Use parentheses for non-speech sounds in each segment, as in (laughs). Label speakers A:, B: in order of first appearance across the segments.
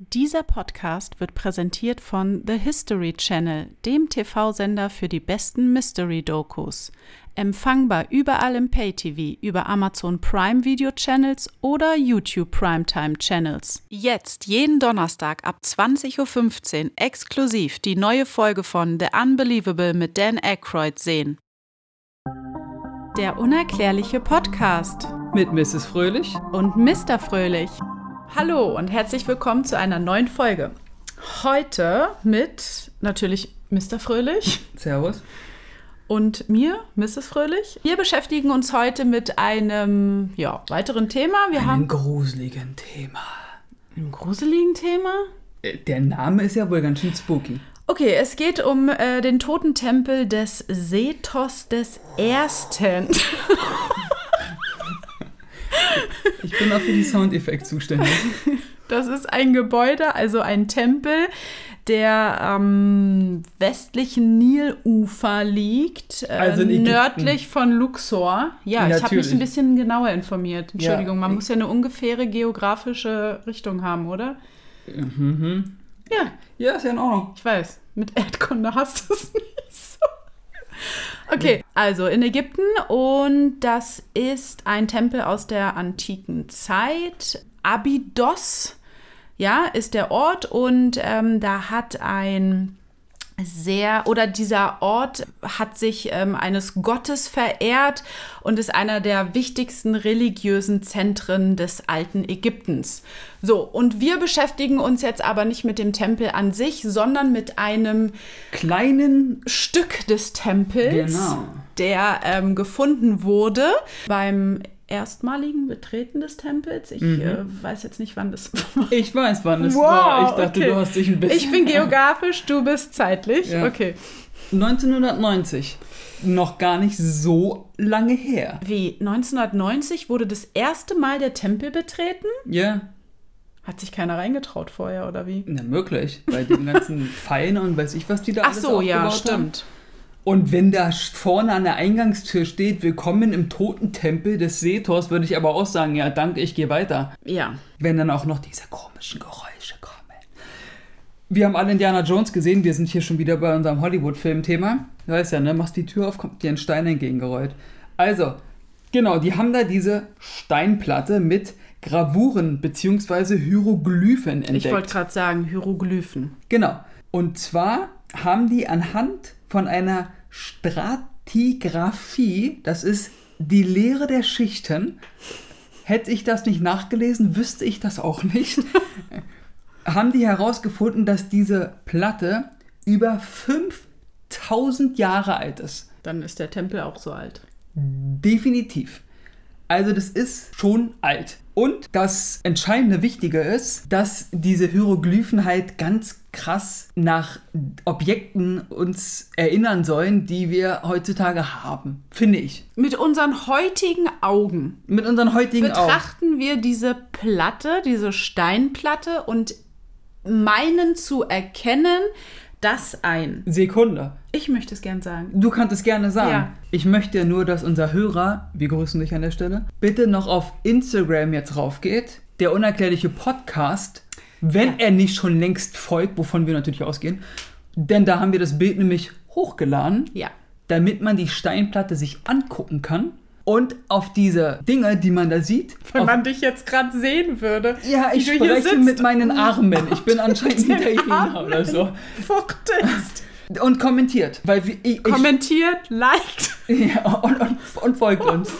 A: Dieser Podcast wird präsentiert von The History Channel, dem TV-Sender für die besten Mystery-Dokus. Empfangbar überall im Pay-TV, über Amazon Prime Video Channels oder YouTube Primetime Channels. Jetzt jeden Donnerstag ab 20.15 Uhr exklusiv die neue Folge von The Unbelievable mit Dan Aykroyd sehen. Der unerklärliche Podcast
B: Mit Mrs. Fröhlich?
A: und Mr. Fröhlich. Hallo und herzlich willkommen zu einer neuen Folge. Heute mit natürlich Mr. Fröhlich
B: Servus.
A: und mir, Mrs. Fröhlich. Wir beschäftigen uns heute mit einem ja, weiteren Thema. Wir haben
B: Ein gruseligen Thema.
A: einem gruseligen Thema.
B: Äh, Der Name ist ja wohl ganz schön spooky.
A: Okay, es geht um äh, den Totentempel des Sethos des Ersten.
B: Ich bin auch für die Soundeffekte zuständig.
A: Das ist ein Gebäude, also ein Tempel, der am westlichen Nilufer liegt, äh,
B: Also in Ägypten.
A: nördlich von Luxor. Ja, ich habe mich
B: Natürlich.
A: ein bisschen genauer informiert. Entschuldigung, man
B: ich-
A: muss ja eine ungefähre geografische Richtung haben, oder? Ja,
B: Ja, ist ja in Ordnung.
A: ich weiß. Mit Erdkunde hast du es (laughs) nicht so. Okay, also in Ägypten und das ist ein Tempel aus der antiken Zeit. Abydos, ja, ist der Ort und ähm, da hat ein sehr oder dieser Ort hat sich ähm, eines Gottes verehrt und ist einer der wichtigsten religiösen Zentren des alten Ägyptens. So, und wir beschäftigen uns jetzt aber nicht mit dem Tempel an sich, sondern mit einem
B: Kleinen.
A: Stück des Tempels,
B: Genau.
A: der ähm, gefunden wurde beim erstmaligen Betreten des Tempels. Ich
B: Mhm.
A: äh, weiß jetzt nicht, wann das (laughs) war.
B: Ich weiß, wann es war. Ich dachte,
A: okay.
B: du hast dich ein bisschen.
A: Ich
B: (laughs)
A: bin geografisch, du bist zeitlich.
B: Ja.
A: Okay.
B: 1990. Noch gar nicht so lange her.
A: Wie 1990 wurde das erste Mal der Tempel betreten?
B: Ja.
A: Hat sich keiner reingetraut vorher oder wie?
B: Na, möglich. Bei
A: (laughs)
B: den ganzen Pfeilen und weiß ich, was die da
A: Ach
B: alles
A: so, ja,
B: aufgebaut haben.
A: stimmt.
B: Und wenn da vorne an der Eingangstür steht, willkommen im Totentempel des Sethors, würde ich aber auch sagen, ja, danke, ich gehe weiter.
A: Ja.
B: Wenn dann auch noch diese komischen Geräusche kommen. Wir haben alle Indiana Jones gesehen, wir sind hier schon wieder bei unserem Hollywood-Film-Thema. Du weißt ja, ne, machst die Tür auf, kommt dir ein Stein entgegengerollt. Also, genau, die haben da diese Steinplatte mit Gravuren bzw. Hieroglyphen entdeckt.
A: Ich wollte gerade sagen, Hieroglyphen.
B: Genau. Und zwar haben die anhand von einer Stratigraphie, das ist die Lehre der Schichten, hätte ich das nicht nachgelesen, wüsste ich das auch nicht, (laughs) haben die herausgefunden, dass diese Platte über 5000 Jahre alt ist.
A: Dann ist der Tempel auch so alt.
B: Definitiv. Also das ist schon alt. Und das entscheidende Wichtige ist, dass diese Hieroglyphen halt ganz krass nach Objekten uns erinnern sollen, die wir heutzutage haben, finde ich.
A: Mit unseren heutigen Augen
B: Mit unseren heutigen Augen.
A: betrachten wir diese Platte, diese Steinplatte und meinen zu erkennen, dass ein.
B: Sekunde.
A: Ich möchte es gern sagen.
B: Du kannst es gerne sagen.
A: Ja.
B: Ich möchte nur, dass unser Hörer, wir grüßen dich an der Stelle, bitte noch auf Instagram jetzt raufgeht. Der unerklärliche Podcast, wenn er nicht schon längst folgt, wovon wir natürlich ausgehen. Denn da haben wir das Bild nämlich hochgeladen,
A: Ja.
B: damit man die Steinplatte sich angucken kann. Und auf diese Dinge, die man da sieht,
A: Wenn
B: auf,
A: man dich jetzt gerade sehen würde.
B: ja,
A: wie
B: ich
A: du hier
B: spreche
A: sitzt
B: mit meinen Armen. Ich
A: (laughs)
B: bin anscheinend
A: den
B: Italiener oder so.
A: und fuchtelst.
B: Und kommentiert, weil wir- ich, ich
A: Kommentiert, liked.
B: (laughs) Ja, und, und, und folgt uns. (laughs)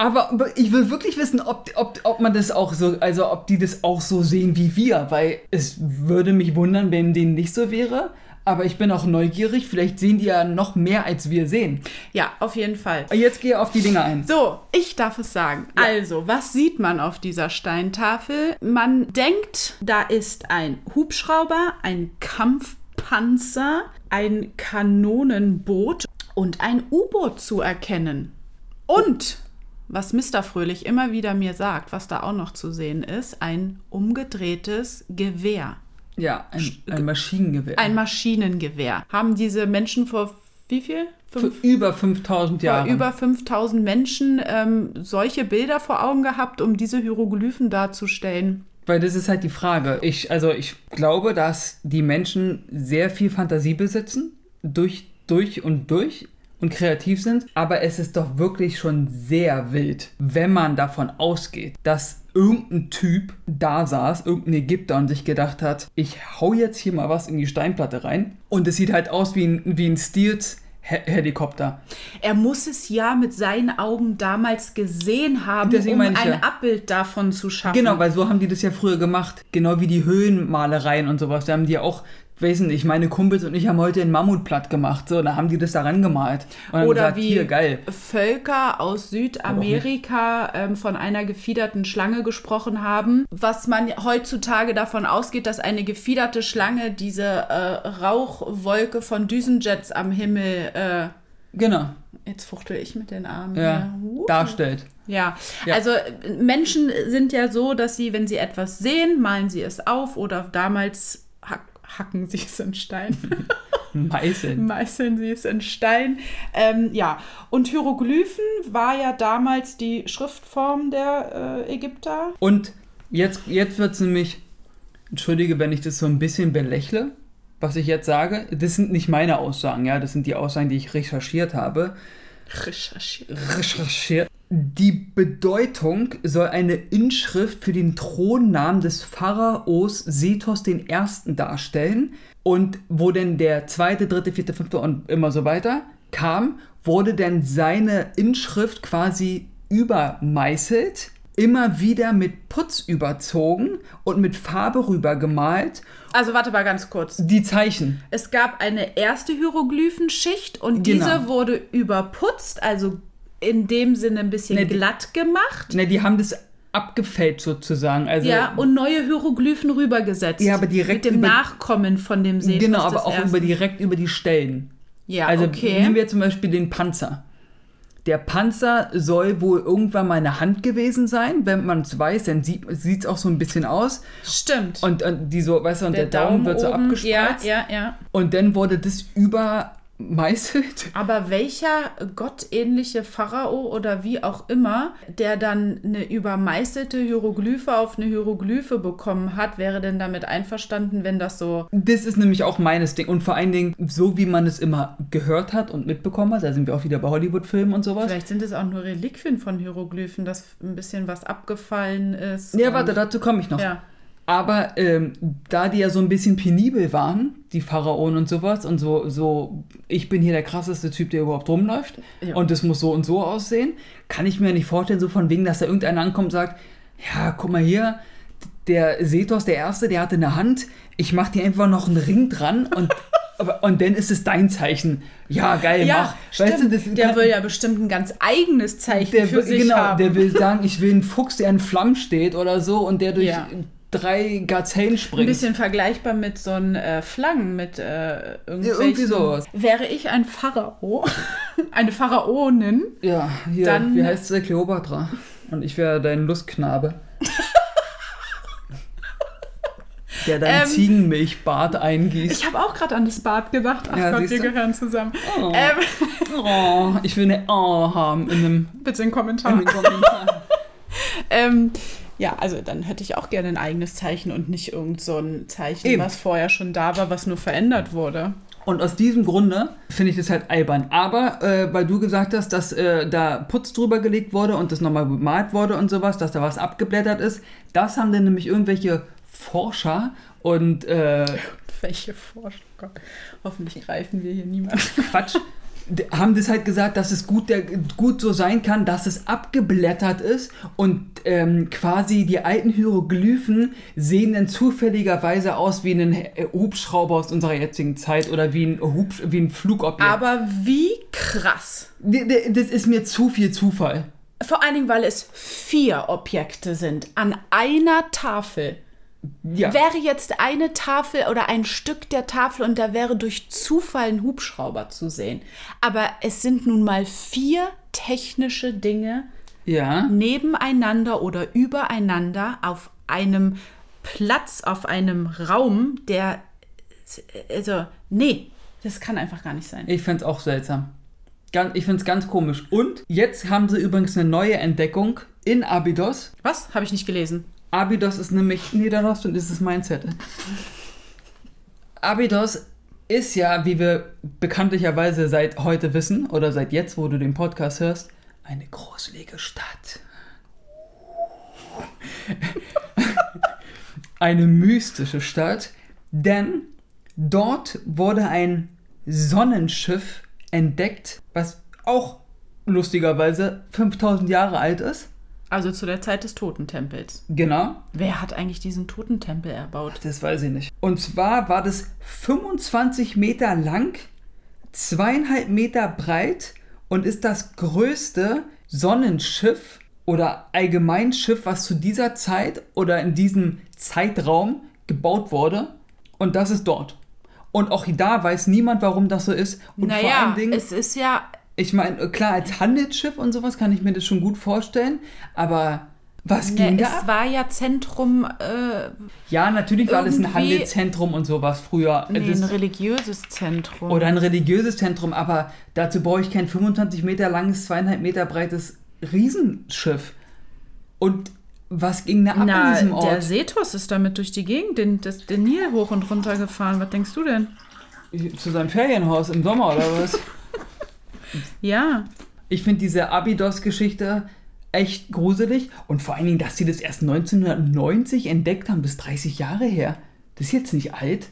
B: Aber ich will wirklich wissen, ob, ob, ob man das auch so, also ob die das auch so sehen wie wir, weil es würde mich wundern, wenn denen nicht so wäre. Aber ich bin auch neugierig, vielleicht sehen die ja noch mehr, als wir sehen.
A: Ja, auf jeden Fall.
B: Jetzt gehe auf die Dinge ein.
A: So, ich darf es sagen. Also, was sieht man auf dieser Steintafel? Man denkt, da ist ein Hubschrauber, ein Kampfpanzer, ein Kanonenboot und ein U-Boot zu erkennen. Und was Mr. Fröhlich immer wieder mir sagt, was da auch noch zu sehen ist, ein umgedrehtes Gewehr.
B: Ja, ein, ein Maschinengewehr.
A: Ein Maschinengewehr. Haben diese Menschen vor wie viel?
B: Für über 5000
A: vor
B: Jahre.
A: über 5000 Menschen ähm, solche Bilder vor Augen gehabt, um diese Hieroglyphen darzustellen.
B: Weil das ist halt die Frage. Ich, also ich glaube, dass die Menschen sehr viel Fantasie besitzen, durch, durch und durch und kreativ sind, aber es ist doch wirklich schon sehr wild, wenn man davon ausgeht, dass irgendein Typ da saß, irgendein Ägypter und sich gedacht hat, ich hau jetzt hier mal was in die Steinplatte rein und es sieht halt aus wie ein, wie ein Steels He- Helikopter.
A: Er muss es ja mit seinen Augen damals gesehen haben,
B: Deswegen
A: um ein
B: meine ich ja.
A: Abbild davon zu schaffen.
B: Genau, weil so haben die das ja früher gemacht. Genau wie die Höhlenmalereien und sowas. Da haben die ja auch, weiß nicht, meine Kumpels und ich haben heute einen Mammut platt gemacht. So, da haben die das da rangemalt. Und haben
A: Oder
B: gesagt,
A: wie
B: hier, geil.
A: Völker aus Südamerika ähm, von einer gefiederten Schlange gesprochen haben, was man heutzutage davon ausgeht, dass eine gefiederte Schlange diese äh, Rauchwolke von Düsenjets am Himmel, äh,
B: Genau,
A: jetzt fuchtel ich mit den Armen.
B: ja.
A: Huh.
B: Darstellt.
A: Ja,
B: Ja.
A: also äh, Menschen sind ja so, dass sie, wenn sie etwas sehen, malen sie es auf oder damals hack, hacken sie es in Stein,
B: (laughs)
A: (laughs) Hm.
B: Meißeln.
A: meißeln sie es in Stein. Ähm, ja, und Hieroglyphen war ja damals die Schriftform der äh, Ägypter.
B: Und jetzt, jetzt wird es nämlich, entschuldige, wenn ich das so ein bisschen belächle, was ich jetzt sage. Das sind nicht meine Aussagen, ja. Das sind die Aussagen, die ich recherchiert habe.
A: Recherchiert.
B: recherchiert. Die Bedeutung soll eine Inschrift für den Thronnamen des Pharaos Sethos I. darstellen. Und wo denn der zweite, dritte, vierte, fünfte und immer so weiter kam, wurde denn seine Inschrift quasi übermeißelt, immer wieder mit Putz überzogen und mit Farbe rübergemalt.
A: Also warte mal ganz kurz.
B: Die Zeichen.
A: Es gab eine erste Hieroglyphenschicht und
B: Genau.
A: diese wurde überputzt, also in dem Sinne ein bisschen
B: Ne, die-
A: glatt gemacht.
B: Ne, die haben das abgefällt sozusagen. Also
A: Ja, und neue Hieroglyphen rübergesetzt.
B: Ja, aber direkt
A: mit dem
B: über-
A: Nachkommen von dem Sethos.
B: genau, aber
A: des
B: auch
A: Ersten.
B: über, direkt über die Stellen.
A: Ja,
B: Also
A: okay.
B: nehmen wir zum Beispiel den Panzer. Der Panzer soll wohl irgendwann mal eine Hand gewesen sein. Wenn man es weiß, dann sieht es auch so ein bisschen aus.
A: Stimmt.
B: Und, und die so, weißt du, und der, Daumen, wird so
A: oben,
B: abgespreizt.
A: Ja, ja, ja.
B: Und dann wurde das übermeißelt.
A: Aber welcher gottähnliche Pharao oder wie auch immer, der dann eine übermeißelte Hieroglyphe auf eine Hieroglyphe bekommen hat, wäre denn damit einverstanden, wenn das so.
B: Das ist nämlich auch meines Ding. Und vor allen Dingen, so wie man es immer gehört hat und mitbekommen hat, da sind wir auch wieder bei Hollywood-Filmen und sowas.
A: Vielleicht sind es auch nur Reliquien von Hieroglyphen, dass ein bisschen was abgefallen ist.
B: Ja,
A: und-
B: warte, dazu komme ich noch.
A: Ja.
B: Aber ähm, da die ja so ein bisschen penibel waren, die Pharaonen und sowas, und so, so ich bin hier der krasseste Typ, der überhaupt rumläuft,
A: Ja.
B: und es muss so und so aussehen, kann ich mir nicht vorstellen, so von wegen, dass da irgendeiner ankommt und sagt, ja, guck mal hier, der Sethos, der Erste, der hatte eine Hand, ich mach dir einfach noch einen Ring dran
A: (laughs)
B: und, aber- und dann ist es dein Zeichen. Ja, geil,
A: Ja,
B: mach.
A: stimmt.
B: das
A: der
B: kann-
A: will ja bestimmt ein ganz eigenes Zeichen
B: der
A: für
B: will-
A: sich
B: genau,
A: haben.
B: der will sagen, ich will einen Fuchs, der in Flammen steht oder so und der durch
A: Ja.
B: drei Gazellen
A: ein
B: springt.
A: bisschen vergleichbar mit so einem äh, Flangen, mit äh, irgendwelchen...
B: irgendwie sowas.
A: Wäre ich ein Pharao, (laughs) eine Pharaonin,
B: Ja, hier,
A: Dann-
B: wie heißt sie? Kleopatra. Und ich wäre
A: (laughs)
B: dein Lustknabe. der dein
A: Ähm,
B: Ziegenmilchbart eingießt.
A: (laughs) ich habe auch gerade an das Bad gedacht, ach
B: Ja,
A: Gott,
B: siehst
A: wir
B: du?
A: gehören zusammen.
B: Oh.
A: Ähm, (laughs)
B: Oh, ich will eine Oh haben in einem,
A: bitte einen
B: in
A: Kommentar.
B: einem Kommentar.
A: Ähm, ja, also dann hätte ich auch gerne ein eigenes Zeichen und nicht irgend so ein Zeichen,
B: Eben.
A: was vorher schon da war, was nur verändert wurde.
B: Und aus diesem Grunde finde ich das halt albern. Aber äh, weil du gesagt hast, dass äh, da Putz drüber gelegt wurde und das nochmal bemalt wurde und sowas, dass da was abgeblättert ist, das haben dann nämlich irgendwelche Forscher und äh,
A: Welche Forschung, Gott. Hoffentlich greifen wir hier niemanden.
B: Quatsch. D- Haben das halt gesagt, dass es gut, der, gut so sein kann, dass es abgeblättert ist und ähm, quasi die alten Hieroglyphen sehen dann zufälligerweise aus wie ein He- Hubschrauber aus unserer jetzigen Zeit oder wie ein, Hubsch wie ein Flugobjekt.
A: Aber wie krass.
B: D- d- Das ist mir zu viel Zufall.
A: Vor allen Dingen, weil es vier Objekte sind an einer Tafel.
B: Ja.
A: Wäre jetzt eine Tafel oder ein Stück der Tafel und da wäre durch Zufall ein Hubschrauber zu sehen. Aber es sind nun mal vier technische Dinge
B: ja.
A: nebeneinander oder übereinander auf einem Platz, auf einem Raum, der. Also, nee, das kann einfach gar nicht sein.
B: Ich find's auch seltsam. Gan- Ich find's ganz komisch. Und jetzt haben sie übrigens eine neue Entdeckung in Abydos.
A: Was? Habe ich nicht gelesen.
B: Abydos ist nämlich. Nee, da darfst du, das ist das Mindset. Abydos ist ja, wie wir bekanntlicherweise seit heute wissen, oder seit jetzt, wo du den Podcast hörst, eine gruselige Stadt. (laughs) eine mystische Stadt, denn dort wurde ein Sonnenschiff entdeckt, was auch lustigerweise 5000 Jahre alt ist.
A: Also zu der Zeit des Totentempels.
B: Genau.
A: Wer hat eigentlich diesen Totentempel erbaut?
B: Das weiß ich nicht. Und zwar war das 25 Meter lang, zweieinhalb Meter breit und ist das größte Sonnenschiff oder Allgemeinschiff, was zu dieser Zeit oder in diesem Zeitraum gebaut wurde. Und das ist dort. Und auch da weiß niemand, warum das so ist. Und vor
A: naja,
B: allen Dingen,
A: es ist ja.
B: ich meine, klar, als Handelsschiff und sowas kann ich mir das schon gut vorstellen, aber was
A: Ne,
B: ging da
A: es
B: ab?
A: war ja Zentrum, äh,
B: Ja, natürlich war das ein
A: Irgendwie-
B: Handelszentrum und sowas früher.
A: nee,
B: Das-
A: ein religiöses Zentrum.
B: oder ein religiöses Zentrum, aber dazu brauche ich kein 25 Meter langes, zweieinhalb Meter breites Riesenschiff. Und was ging da ab in
A: Na,
B: diesem
A: der
B: Ort?
A: Sethos ist damit durch die Gegend, den, das, den Nil hoch und runter gefahren. Was denkst du denn?
B: Zu seinem Ferienhaus im Sommer oder
A: (laughs)
B: was?
A: Ja,
B: ich finde diese Abydos-Geschichte echt gruselig und vor allen Dingen, dass sie das erst 1990 entdeckt haben, das ist 30 Jahre her. Das ist jetzt nicht alt,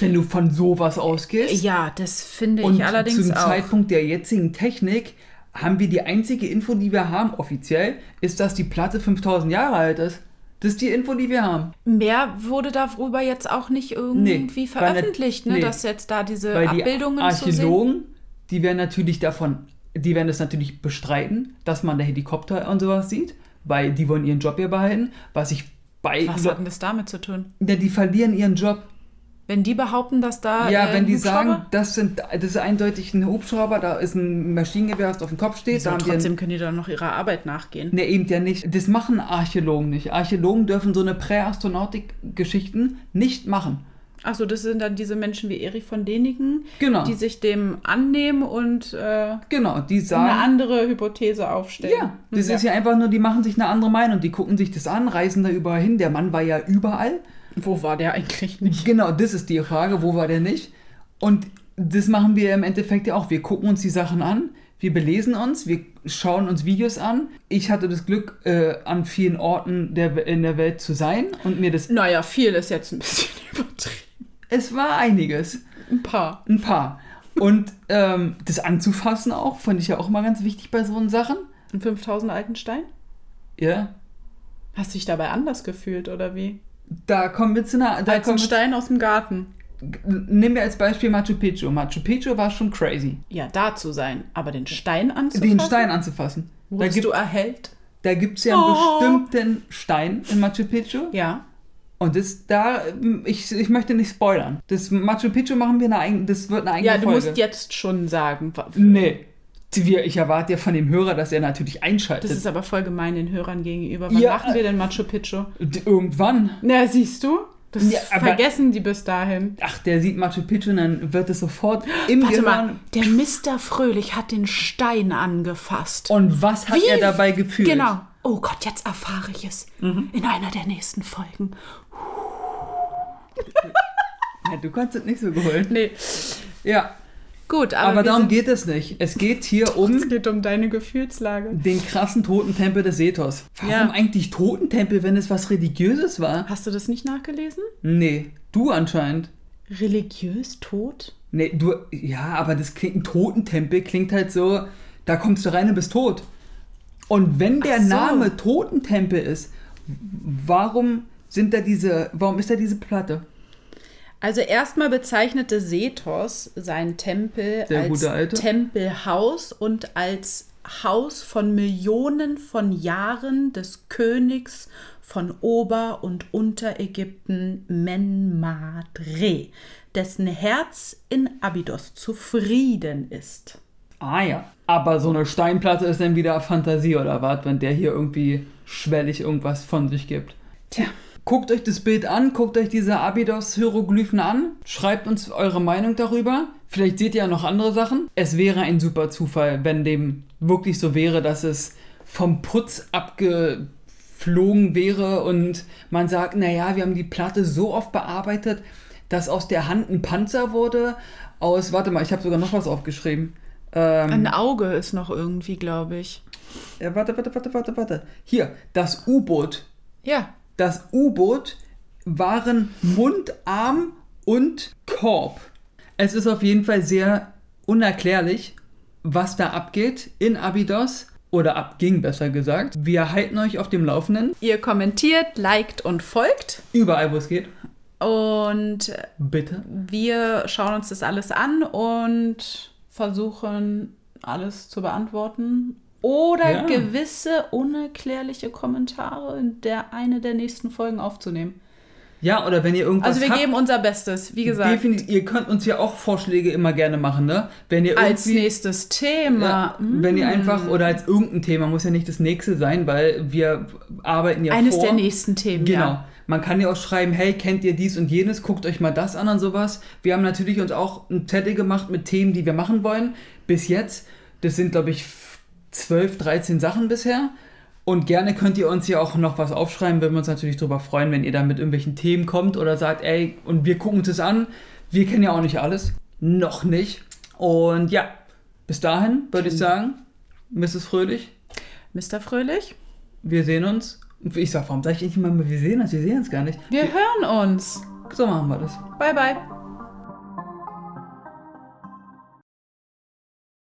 B: wenn du von sowas ausgehst.
A: ja, das finde
B: Und
A: ich allerdings
B: zum
A: auch.
B: Zeitpunkt der jetzigen Technik haben wir die einzige Info, die wir haben, offiziell, ist, dass die Platte 5000 Jahre alt ist. Das ist die Info, die wir haben.
A: Mehr wurde darüber jetzt auch nicht irgendwie
B: Nee, weil ne-
A: veröffentlicht, ne,
B: nee.
A: dass jetzt da diese
B: Weil
A: Abbildungen
B: die
A: zu sehen.
B: Archäologen, die werden natürlich davon, die werden das natürlich bestreiten, dass man da Helikopter und sowas sieht, weil die wollen ihren Job hier behalten. Was ich bei.
A: Was hat denn das damit zu tun?
B: ja, die verlieren ihren Job.
A: Wenn die behaupten, dass da
B: Ja,
A: äh,
B: wenn die
A: Hubschrauber-
B: sagen, das, sind, das ist eindeutig ein Hubschrauber, da ist ein Maschinengewehr, was auf dem Kopf steht,
A: Wieso?
B: da haben wir einen
A: trotzdem können die doch noch ihrer Arbeit nachgehen.
B: Ne, eben ja nicht. Das machen Archäologen nicht. Archäologen dürfen so eine Präastronautik-Geschichten nicht machen.
A: Achso, das sind dann diese Menschen wie Erich von Däniken,
B: Genau.
A: die sich dem annehmen und äh,
B: genau, die
A: eine
B: sagen.
A: andere Hypothese aufstellen.
B: Ja, das ist ja einfach nur, die machen sich eine andere Meinung. Die gucken sich das an, reisen da überall hin. Der Mann war ja überall.
A: Wo war der eigentlich nicht?
B: Genau, das ist die Frage, wo war der nicht? Und das machen wir im Endeffekt ja auch. Wir gucken uns die Sachen an, wir belesen uns, wir schauen uns Videos an. Ich hatte das Glück, äh, an vielen Orten der, in der Welt zu sein und mir das.
A: Naja, viel ist jetzt ein bisschen (laughs) übertrieben.
B: Es war einiges.
A: Ein paar.
B: Ein paar. Und ähm, das anzufassen auch, fand ich ja auch immer ganz wichtig bei so Sachen.
A: Ein 5000 alten Stein?
B: Ja.
A: Hast du dich dabei anders gefühlt oder wie?
B: Da kommen wir zu einer.
A: Als
B: Da
A: ein
B: kommen wir,
A: Stein aus dem Garten.
B: nehmen wir als Beispiel Machu Picchu. Machu Picchu war schon crazy,
A: Ja, da zu sein, aber den Stein anzufassen.
B: den Stein anzufassen. Da
A: wurdest
B: gibt
A: du erhellt?
B: da gibt's ja
A: Oh.
B: einen bestimmten Stein in Machu Picchu.
A: Ja.
B: Und das da, ähm, ich, ich möchte nicht spoilern. Das Machu Picchu machen wir eine eigene, das wird eine eigene
A: Ja, du
B: Folge.
A: musst jetzt schon sagen. wa-
B: nee. Wir, ich erwarte ja von dem Hörer, dass er natürlich
A: Das
B: einschaltet.
A: ist aber voll gemein den Hörern gegenüber. Wann
B: Ja. äh,
A: machen wir denn Machu Picchu?
B: Irgendwann
A: Na, siehst du? Das
B: Ja, aber-
A: vergessen die bis dahin.
B: Ach, der sieht Machu Picchu und dann wird es sofort im
A: Warte
B: Gehirn.
A: mal, der Mr. Fröhlich hat den Stein angefasst.
B: Und was hat
A: Wie-
B: er dabei gefühlt? Mhm.
A: Genau. Oh Gott, jetzt erfahre ich es. In einer der nächsten Folgen.
B: Ja, du kannst es nicht so geholt.
A: Nee.
B: Ja,
A: Gut,
B: aber,
A: aber, wir
B: darum
A: sind,
B: geht es nicht. Es
A: (laughs)
B: geht hier um
A: es geht um deine Gefühlslage.
B: den krassen Totentempel des Sethos. Warum
A: Ja.
B: eigentlich Totentempel, wenn es was Religiöses war?
A: Hast du das nicht nachgelesen?
B: Nee, du anscheinend.
A: Religiös tot?
B: Nee, du. Ja, aber das klingt, ein Totentempel klingt halt so, da kommst du rein und bist tot. Und wenn der
A: Ach so.
B: Name Totentempel ist, warum sind da diese, warum ist da diese Platte?
A: Also erstmal bezeichnete Sethos seinen Tempel
B: Der
A: als
B: gute Alte.
A: Tempelhaus und als Haus von Millionen von Jahren des Königs von Ober- und Unterägypten Menmadre, dessen Herz in Abydos zufrieden ist.
B: Ah ja. Aber so eine Steinplatte ist dann wieder Fantasie oder was, wenn der hier irgendwie schwellig irgendwas von sich gibt.
A: Tja.
B: Guckt euch das Bild an, guckt euch diese Abydos-Hieroglyphen an, schreibt uns eure Meinung darüber. Vielleicht seht ihr ja noch andere Sachen. Es wäre ein super Zufall, wenn dem wirklich so wäre, dass es vom Putz abge geflogen wäre und man sagt, naja, wir haben die Platte so oft bearbeitet, dass aus der Hand ein Panzer wurde, aus, warte mal, ich habe sogar noch was aufgeschrieben. Ähm,
A: Ein Auge ist noch irgendwie, glaube ich.
B: äh, warte, warte, warte, warte, warte. Hier, das U-Boot.
A: Ja.
B: Das U-Boot waren Mund, Arm und Korb. Es ist auf jeden Fall sehr unerklärlich, was da abgeht in Abydos oder abging, besser gesagt. Wir halten euch auf dem Laufenden,
A: Ihr kommentiert, liked und folgt.
B: überall wo es geht.
A: Und äh,
B: Bitte.
A: wir schauen uns das alles an und versuchen, alles zu beantworten. Oder
B: Ja.
A: gewisse unerklärliche Kommentare in der eine der nächsten Folgen aufzunehmen.
B: Ja, oder wenn ihr irgendwas
A: Also wir
B: habt,
A: geben unser Bestes, wie gesagt.
B: definitiv, ihr könnt uns ja auch Vorschläge immer gerne machen, ne? Wenn ihr
A: Als
B: irgendwie-
A: nächstes Thema. Hm.
B: Ja, wenn ihr
A: Mm.
B: einfach oder als irgendein Thema muss ja nicht das nächste sein, weil wir arbeiten ja
A: Eines
B: vor.
A: der nächsten Themen.
B: Genau.
A: Ja.
B: Man kann ja auch schreiben, hey, kennt ihr dies und jenes, guckt euch mal das an und sowas. Wir haben natürlich uns auch einen Zettel gemacht mit Themen, die wir machen wollen. Bis jetzt, das sind glaube ich f- 12, 13 Sachen bisher. Und gerne könnt ihr uns ja auch noch was aufschreiben, würden wir uns natürlich darüber freuen, wenn ihr da mit irgendwelchen Themen kommt oder sagt, ey, und wir gucken uns das an. Wir kennen ja auch nicht alles. Noch nicht. Und ja, bis dahin würde ich sagen, Mrs. Fröhlich,
A: Mr. Fröhlich, wir
B: wir sehen uns. Ich sag, warum sag ich nicht immer, wir sehen uns, wir sehen uns gar nicht.
A: hören uns.
B: So machen wir das.
A: Bye, bye.